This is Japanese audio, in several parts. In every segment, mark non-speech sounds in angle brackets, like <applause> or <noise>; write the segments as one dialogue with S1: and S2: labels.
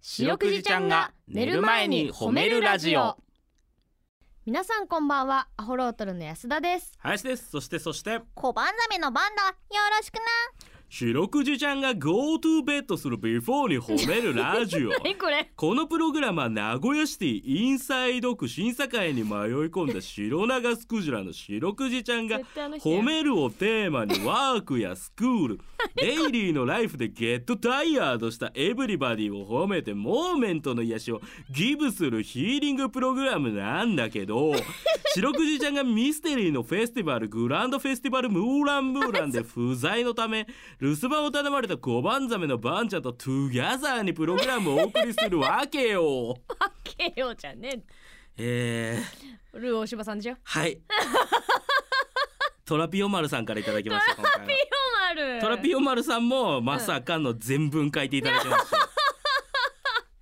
S1: 白くじちゃんが寝る前に褒めるラジオ
S2: 皆さんこんばんはアホロートルの安田です
S1: 林ですそしてそして
S3: 小判ザメのバンドよろしくな
S1: 白くじちゃんが Go to bed する before に褒めるラジ <laughs> オ
S2: 何これ
S1: このプログラムは名古屋シティインサイド区審査会に迷い込んだ白長スクジラの白くじちゃんが
S2: 絶対あの人や
S1: 褒めるをテーマにワークやスクー <laughs> ルデイリーのライフでゲットタイヤードしたエブリバディを褒めてモーメントの癒しをギブするヒーリングプログラムなんだけ <laughs> ど白くじちゃんがミステリーのフェスティバルグランドフェスティバルムーランムーランで不在のため留守番を頼まれた五番ザメのバンちゃんとトゥギャザーにプログラムをお送りするわけよ。
S2: 慶応ちゃんね
S1: えー、
S2: ルー大柴さんでしょ
S1: <laughs> はい。トラピオマルさんからいただきました。今回は
S2: トラ
S1: トラピオマルさんもまさかの全文書いていただきました。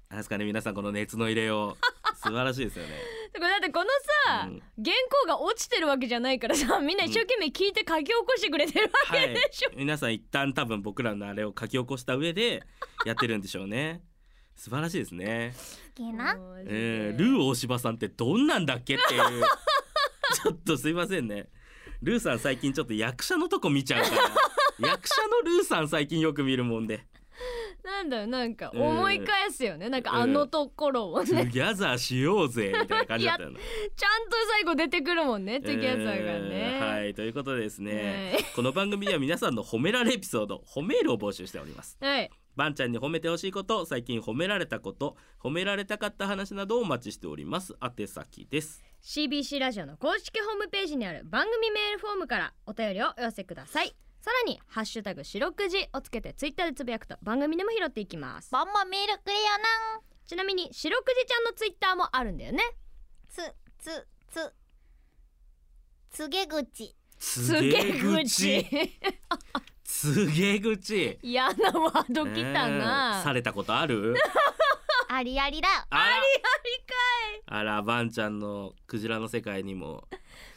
S1: なんですかね、皆さんこの熱の入れよう。素晴らしいですよね。
S2: だからだってこのさ、
S1: うん
S2: 原稿が落ちてるわけじゃないからさみんな一生懸命聞いて書き起こしてくれてるわ
S1: は
S2: け
S1: い
S2: でしょ、。
S1: 皆さん一旦多分僕らのあれを書き起こした上でやってるんでしょうね。素晴らしいですね。
S3: すげえな
S2: もう
S1: えー、ルー大柴さんってどんなんだっけっていうちょっとすいませんねルーさん最近ちょっと役者のとこ見ちゃうから役者のルーさん最近よく見るもんで
S2: なんだよなんか
S1: うん
S2: 思い返すよね、なんかあのところを
S1: 「ト
S2: ね、
S1: ゥギャザーしようぜ」みたいな感じだったよね。
S2: ちゃんと最後出てくるもんねトゥギャザーがね、
S1: えーはいということでですね、
S2: はい
S1: この番組では皆さんの褒められエピソード <laughs> 褒めるを募集しております。
S2: はい
S1: バンちゃんに褒めてほしいこと最近褒められたこと褒められたかった話などをお待ちしております宛先です。
S2: CBC ラジオの公式ホームページにある番組メールフォームからお便りをお寄せくださいさらに「ハッシュタグ白くじ」をつけてツイッターでつぶやくと番組でも拾っていきます
S3: バンバンメールくれよな
S2: ちなみに白くじちゃんのツイッターもあるんだよね
S3: つつつつげ口
S1: つげ口つげ口
S2: <laughs> 嫌なワードきた
S1: ねえ
S2: な、
S1: されたことあ
S2: <laughs>
S1: る
S3: ありありだ
S1: ありありかいあらばんちゃんのクジラの世界にも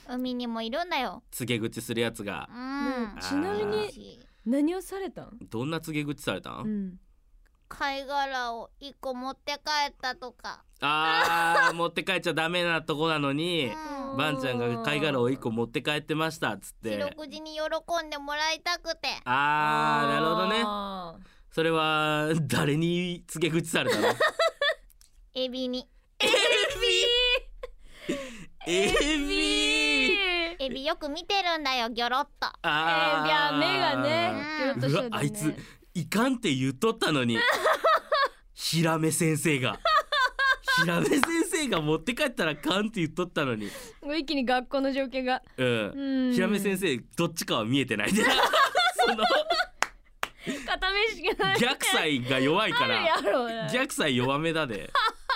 S3: 海にもいるんだよ
S1: 告げ口するやつが
S3: う、ん
S1: あー
S2: ちなみ
S1: う
S2: に何をされたん、
S1: どんな告げ口されたん、
S2: うん、
S3: 貝殻を一個持って帰ったとか
S1: あー持って帰っちゃダメなとこなの
S3: う
S2: <laughs>
S1: に
S3: ん
S1: ばんちゃんが貝殻を一個持って帰ってましたっつって
S3: 白くじに喜んでもらいたくて
S1: あーなるほどね
S2: ね
S1: それは誰に告げ口されたの
S3: エビに
S1: <laughs> エビ
S2: え
S3: エビよく見てるんだよギョロッと
S1: あー
S2: いや目がね
S3: うん
S2: ギョロッとし
S1: う
S2: て
S1: わ
S2: るね
S1: あいついかんって言っとったの <laughs> にヒラメ先生がヒラメ先生が持って帰ったらかんって言っとったのに
S2: 一気に学校の条件が
S1: うん、
S2: うん
S1: ヒラメ先生どっちかは見えて <laughs> ないでその
S2: 固めしかない
S1: 逆才が弱いか
S2: あるや
S1: ら
S2: ろうな
S1: 逆才弱めだで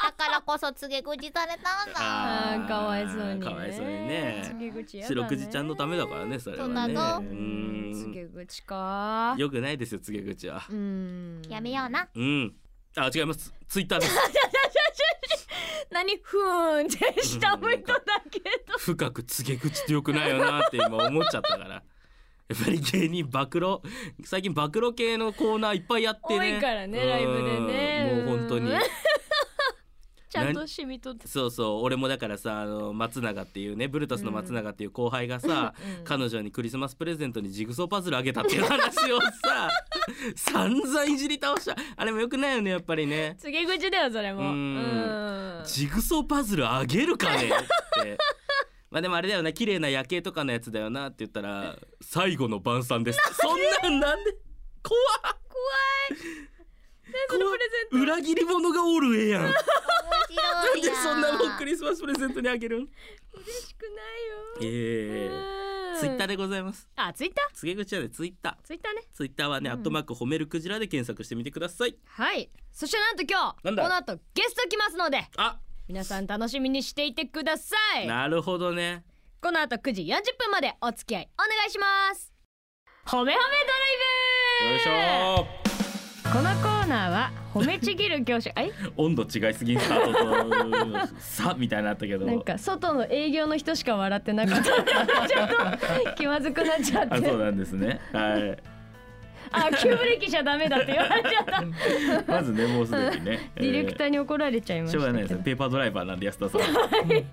S3: だからこそ告げ口されたんだ
S2: あ
S1: ー
S2: ーかわいそうにね
S1: かわいそうにね
S2: 告げ口やだね
S1: 白くじちゃんのためだからねそれは
S3: そう
S1: ね
S3: なの
S1: う
S2: 告
S1: ん
S2: げ口か
S1: よくないですよ告げ口は
S2: うん
S3: やめような
S1: うんあ違いますツイッターです
S2: <laughs> 何ふーんって下向いただけど
S1: 深く告げ口ってよくないよなって今思っちゃったからやっぱり芸人暴露最近暴露系のコーナーいっぱいやってね
S2: 多いからね
S1: うん
S2: ライブでね
S1: もう本当に <laughs>
S2: うんちゃんと染みとって
S1: そうそう俺もだからさあの松永っていうねブルタスの松永っていう後輩がさ、
S2: うん
S1: 彼女にクリスマスプレゼントにジグソーパズルあげたっていう話を
S2: <laughs>
S1: さ散々いじり倒したあれもよくないよねやっぱりね
S2: 告げ口だよそれも
S1: う
S2: うんん
S1: ジグソーパズルあげるかねって。まあでもあれだよな綺麗な夜景とかのやつだよなって言ったら最後の晩餐です。そんなんなんで怖っ
S2: そのプレゼント
S1: 裏切り者がおるええやん。なん
S3: 面白い
S1: で
S3: や
S1: そんなもんクリスマスプレゼントにあげるん？
S2: 嬉しくないよ
S1: ええ
S2: うん
S1: ツイッターでございます。
S2: あツイッター
S1: 告げ口はねツイッター。
S2: ツイッターね
S1: ツイッターはね、アットマーク褒めるクジラで検索してみてください。
S2: はいそしてなんと今
S1: なん
S2: 日
S1: だ
S2: この後ゲスト来ますので
S1: あ、
S2: 皆さん楽しみにしていてください
S1: なるほどね。
S2: この後9時40分までお付き合いお願いします褒め褒め
S1: よい
S2: ドライブ
S1: しょ
S2: このコーナーは褒めちぎる教師 <laughs> え
S1: ー。温度違いすぎんスタート
S2: <laughs>
S1: とさみたいになったけど。
S2: なんか外の営業の人しか笑ってなかったちょっと気まずくなっちゃって
S1: あ、そうなんですね。はい。
S2: あ急ブレーキしちゃダメだって言われちゃ
S1: <laughs>
S2: った
S1: まずねもうすでにね
S2: ディレクターに怒られちゃい
S1: え
S2: ま
S1: ー
S2: し
S1: したょうが
S2: けど
S1: ないですねペーパードライバーなんで安田さん
S2: はい、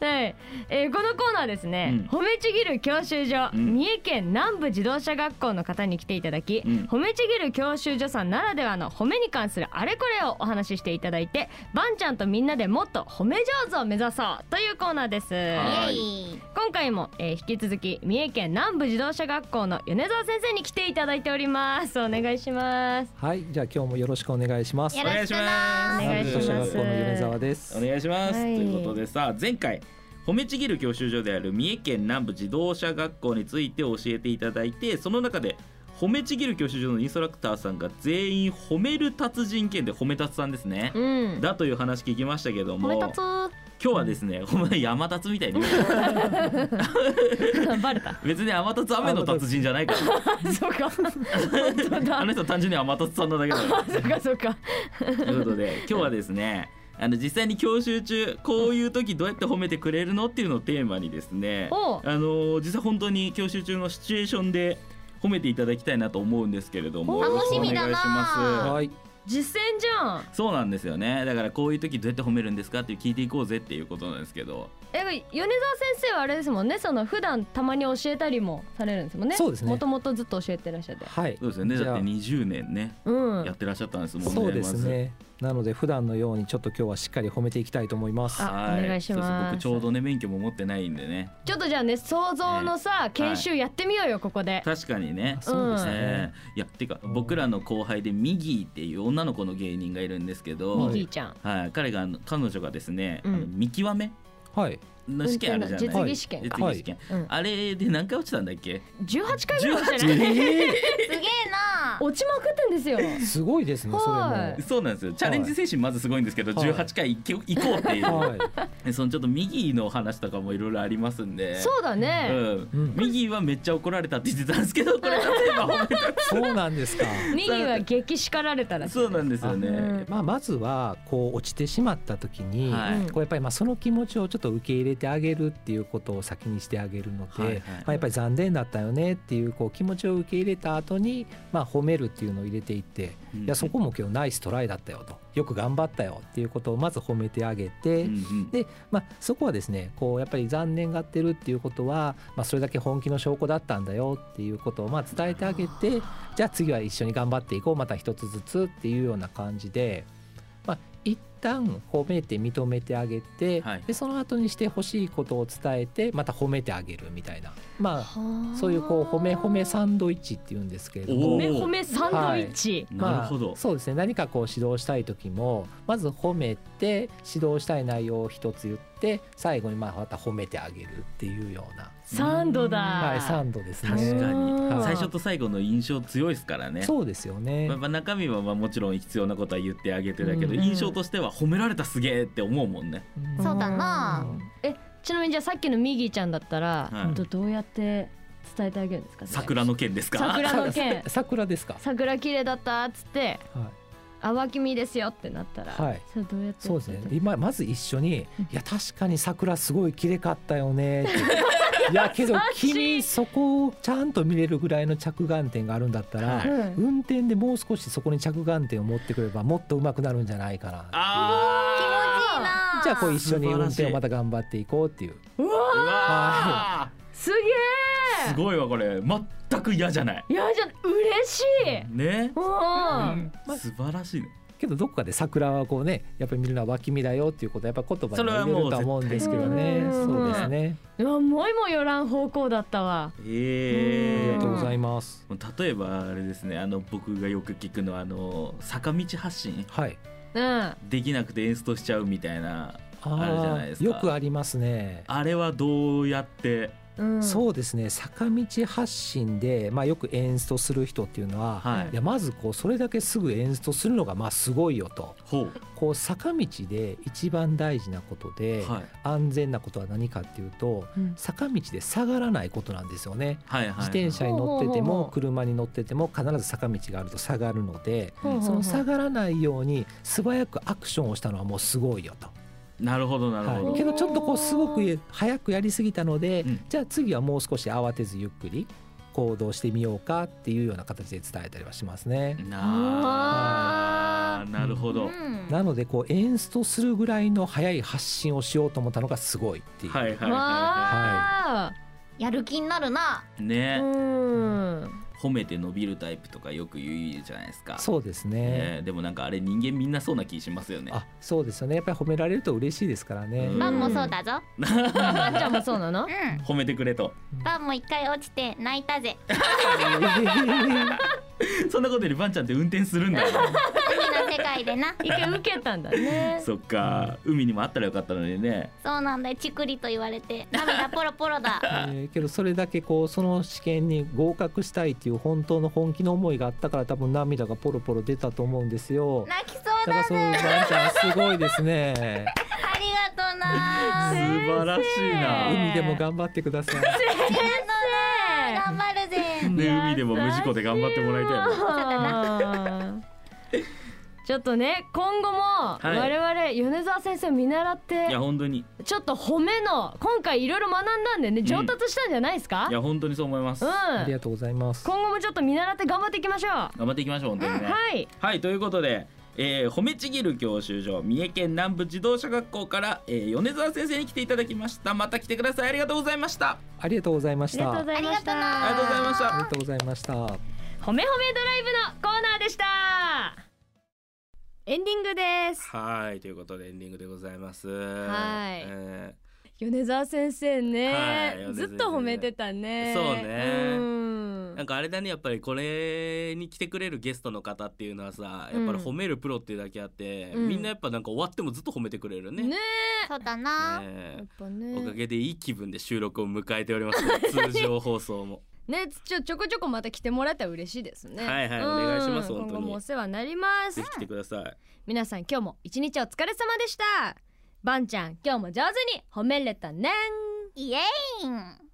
S2: えーこのコーナーですね、褒めちぎる教習所、
S1: うん
S2: 三重県南部自動車学校の方に来ていただき、
S1: うん
S2: 褒めちぎる教習所さんならではの褒めに関するあれこれをお話ししていただいてばんちゃんとみんなでもっと褒め上手を目指そうというコーナーです
S1: は
S3: イエ
S1: い
S3: イ
S2: 今回も、えー引き続き三重県南部自動車学校の米沢先生に来ていただいておりますお願いします
S4: はい、じゃあ今日もよろしくお願いします。
S3: よろしくな
S2: お願いします
S4: 南部小学校の米沢です。
S1: お願いします、
S2: はい
S1: ということでさ前回褒めちぎる教習所である三重県南部自動車学校について教えていただいてその中で褒めちぎる教習所のインストラクターさんが全員褒める達人兼で褒め達さんですね
S2: う、ん
S1: だという話聞きましたけど
S2: 褒
S1: も
S2: め
S1: 今
S2: たつ
S1: 日はですねほんまに山達みたいに
S2: <laughs> バレた
S1: 別に天達雨の達人じゃないから
S2: そうか本当
S1: <laughs>
S2: だ
S1: あの人単純に天達さんなだけだから
S2: そうかそうか
S1: ということ
S2: <laughs>
S1: で今日はですねあの実際に教習中こういう時どうやって褒めてくれるのっていうのをテーマにですねあ
S2: おう
S1: の実際本当に教習中のシチュエーションで褒めていただきたいなと思うんですけれども
S2: おー
S1: よろくお願い
S3: 楽しみだな
S1: しま
S4: はい、
S2: 実践じゃん
S1: すそうなんですよねだからこういう時どうやって褒めるんですかって聞いていこうぜっていうことなんですけど
S2: え米沢先生はあれですもんねその普段たまに教えたりもされるんですもんね
S4: そうですね
S2: もともとずっと教えてらっしゃって
S4: はい
S1: そう。ですよね
S4: じゃ
S1: だ
S4: あ
S1: って20年ね
S2: うん
S1: やってらっしゃったんですもんね
S4: そうです
S1: まず
S4: ね。なので普段のようにちょっと今日はしっかり褒めていきたいと思います。
S2: あ
S1: は
S2: お願いし
S1: そう
S2: ます
S1: そう僕ちょうどね免許も持ってないんでね
S2: ちょっとじゃあね想像のさ研修やってみようよここで
S1: 確かにね
S4: そうです
S1: え
S4: ね。
S1: ーいやてか僕らの後輩でミギーっていう女の子の芸人がいるんですけど
S2: ミギーちゃん
S1: はい、彼があの彼女がですね、あの
S2: うん
S1: 見極め
S4: はい。
S1: の試験あるじゃない、
S2: 実技試験
S1: 実
S2: か
S1: 技試験、
S2: うん
S1: あれで何回落ちたんだっけ
S2: 18回ぐらい落
S1: <laughs>
S2: ちてない
S4: え
S3: すげえな
S2: 落ちまくってんですよ
S4: え、すごいですね。それも。
S2: は
S4: は
S1: そうなんですよチャレンジ精神まずすごいんですけど、
S4: はい
S1: 18回いけ行こうっていう、
S4: い。
S1: でそのちょっとミギーの話とかもいろいろありますんで
S2: そうだ
S1: う
S2: ね
S1: ん
S4: うん
S1: ミギーはめっちゃ怒られたって言ってたんですけ
S2: <laughs>
S1: どこれ例えば褒めた
S4: そうなんですか。
S2: ミギーは激叱られたらしい
S1: そうなんですよね、
S2: うん
S4: まあまずはこう落ちてしまった時に。
S1: はい
S4: こうやっぱりまあその気持ちをちょっと受け入れてあげるっていうことを先にしてあげるので、
S1: はいはい
S4: まあ、やっぱり残念だったよねっていうこう気持ちを受け入れた後にまあ褒めるっていうのを入れていって、
S1: うん
S4: いやそこも今日ナイストライだったよとよく頑張ったよっていうことをまず褒めてあげて、
S1: うんうん
S4: で、まあ、そこはですねこうやっぱり残念がってるっていうことは、まあ、それだけ本気の証拠だったんだよっていうことをまあ伝えてあげてじゃあ次は一緒に頑張っていこうまた一つずつっていうような感じで、まあ、一旦褒めて認めてあげて、
S1: はい
S4: でその後にしてほしいことを伝えてまた褒めてあげるみたいな、まあ、そういうこう褒め褒めサンドイッチっていうんですけれど
S1: お
S2: 褒。
S4: も
S2: め褒めサンドイッチ
S1: なるほど、
S4: まあ、そうですね何かこう指導したい時もまず褒めて指導したい内容を一つ言って最後にまあまた褒めてあげるっていうような、
S2: サンドだ
S4: はい、サンドですね。
S1: 確かに
S2: うん
S1: 最初と最後の印象強いですからね
S4: そうですよね
S1: まあ、。まあ中身はまあもちろん必要なことは言ってあげてだけど、
S2: うん
S1: 印象としては褒められたすげえって思うもんね。
S4: うん
S3: そうだな
S4: うん
S2: ちなみにじゃあさっきのミギーちゃんだったら、
S1: はい
S2: どどうやって伝えてあげるんですか
S1: 桜の件ですか。
S2: 桜の件
S4: さ桜ですか。
S2: 桜綺麗だったっつって
S4: はい。
S2: 淡君ですよってなったら、
S4: はい
S2: それどうやって
S4: そうですね。今まず一緒にいや確かに桜すごい綺麗かったよね <laughs> って。いやけど君そこをちゃんと見れるぐらいの着眼点があるんだったら
S1: はい。
S2: うん
S4: 運転でもう少しそこに着眼点を持ってくればもっと上手くなるんじゃないかな
S3: 気持
S1: あ
S3: ちいいな
S4: じゃあこう
S3: い
S4: 一緒に
S1: 素晴
S4: 運
S1: らしい
S4: 転をまた頑張っていこうっていう
S2: うわ
S1: ーうわ
S2: すげ
S1: ー
S2: え
S1: すごいわこれ全く嫌じゃない。
S2: いやじゃあ嬉しい
S1: ね。
S2: うん、
S1: 素晴らしいね。
S4: けどどこかで桜はこうねやっぱり見るのは脇見だよっていうことはやっぱ言葉に入れるとは思うんですけどね
S2: それは
S4: そ
S2: もう
S4: う
S2: 絶対
S4: ですね
S2: うわ思いもよらん方向だったわ
S1: ええ
S4: ありがとうご
S1: も
S4: ざいます
S1: う例えばあれですねあの僕がよく聞くのはあの坂道発進
S4: はい
S2: うんあ
S1: できなくてエンストしちゃうみたいなあるじゃないです
S4: ー
S1: か
S4: よくありますね
S1: あれはどうやって
S2: うん
S4: そうですね坂道発進でまあよくエンストする人っていうのは
S1: はい
S4: いやまずこうそれだけすぐエンストするのがまあすごいよと
S1: ほう
S4: こう坂道で一番大事なことで、
S1: はい
S4: 安全なことは何かっていうと
S2: うん
S4: 坂道で下がらないことなんですよね。
S1: はいはいはい
S4: 自転車に乗っ
S2: ほうほ
S4: てて
S2: うほうほ
S4: も
S2: う
S4: 車に乗ってても必ず坂道があると下がるので
S2: ほうほうほう
S4: その下がらないように素早くアクションをしたのはもうすごいよと、
S1: なるほどなるほど。
S4: はい、けどちょっとこうすごく早くやりすぎたので、
S1: うん
S4: じゃあ次はもう少し慌てずゆっくり行動してみようかっていうような形で伝えたりはしますね。
S1: なあなるほど、
S3: うん
S4: なのでこうエンストするぐらいの早い発信をしようと思ったのがすごいっていう。
S1: はいはいはいは
S2: わあ
S3: やる気になるない
S1: ね、
S2: うん
S1: 褒めて伸びるタイプとかよく言うじゃないですか
S4: そうですね。
S1: ねでもなんかあれ人間みんなそうな気しますよね
S4: あ、そうですよね。やっぱり褒められると嬉しいですからね。 <laughs>
S1: うん
S3: バンもそうだぞ
S2: あんちゃんもそうなの
S3: う
S1: 褒めてくれと
S3: んバンも一回落ちて泣いたぜ
S1: そんなことよりばんちゃんって運転するんだ
S3: 海の世界でな
S2: 一回受けたんだね
S1: そっか海にもあったらよかったのにね
S3: そうなんだよチクリと言われて涙ポロポロだ
S4: えーけどそれだけこうその試験に合格したいっていう本当の本気の思いがあったから多分涙がポロポロ出たと思うんですよ。
S3: 泣きそう
S4: だか
S3: だ
S4: らそうワンちゃんすごいですね。
S3: ありがとう
S1: 素
S3: な
S1: 晴らしい
S2: えー
S1: な
S4: 海でも頑張ってください。
S3: 頑張るぜ
S1: ね海でも無事故で頑張ってもらいたいもん
S2: な <laughs> ちょっとね今後も
S1: い
S2: 我々米沢先生を見習って
S1: いや本当に
S2: ちょっと褒めの今回いろいろ学んだんでね上達したんじゃないですか
S1: いや本当にそう思います
S2: うん
S4: ありがとうございます。
S2: 今後もちょっと見習って頑張っていきましょうは
S1: 頑張っていきましょう本当にね、
S2: い
S1: はいということで、えー褒めちぎる教習所三重県南部自動車学校から、えー米沢先生に来ていただきましたまた来てくださいありがとうございました
S4: ありがとうございま
S2: あ
S4: し
S2: りが
S4: た。
S2: とうご
S4: あ
S2: ざいました
S1: ありがとうございました
S4: りがとうございました。
S2: 褒め褒めドライブのコーナーでしたエンディングです
S1: はいということでエンディングでございます
S2: はい
S1: え
S2: 米沢先生ね、
S1: はい米沢先生
S2: ずっと褒めてたね
S1: そうね
S2: うん
S1: ーなんかあれだねやっぱりこれに来てくれるゲストの方っていうのはさやっぱり
S2: うん
S1: 褒めるプロっていうだけあって、
S2: うん
S1: みんなやっぱなんか終わってもずっと褒めてくれるね
S2: ね
S3: そうだ
S1: ね
S3: な
S2: や
S1: え
S2: っぱね
S1: おかげでいい気分で収録を迎えております、通常放送も
S2: <laughs> ねちょちょこちょこまた来てもらえたら嬉しいですね
S1: はいはい
S2: うん
S1: お願いします本当に
S2: 今後もお世話になります
S1: ぜひ来てください
S2: 皆さん今日も一日お疲れ様でしたばんちゃん今日も上手に褒めれたね
S3: イエイン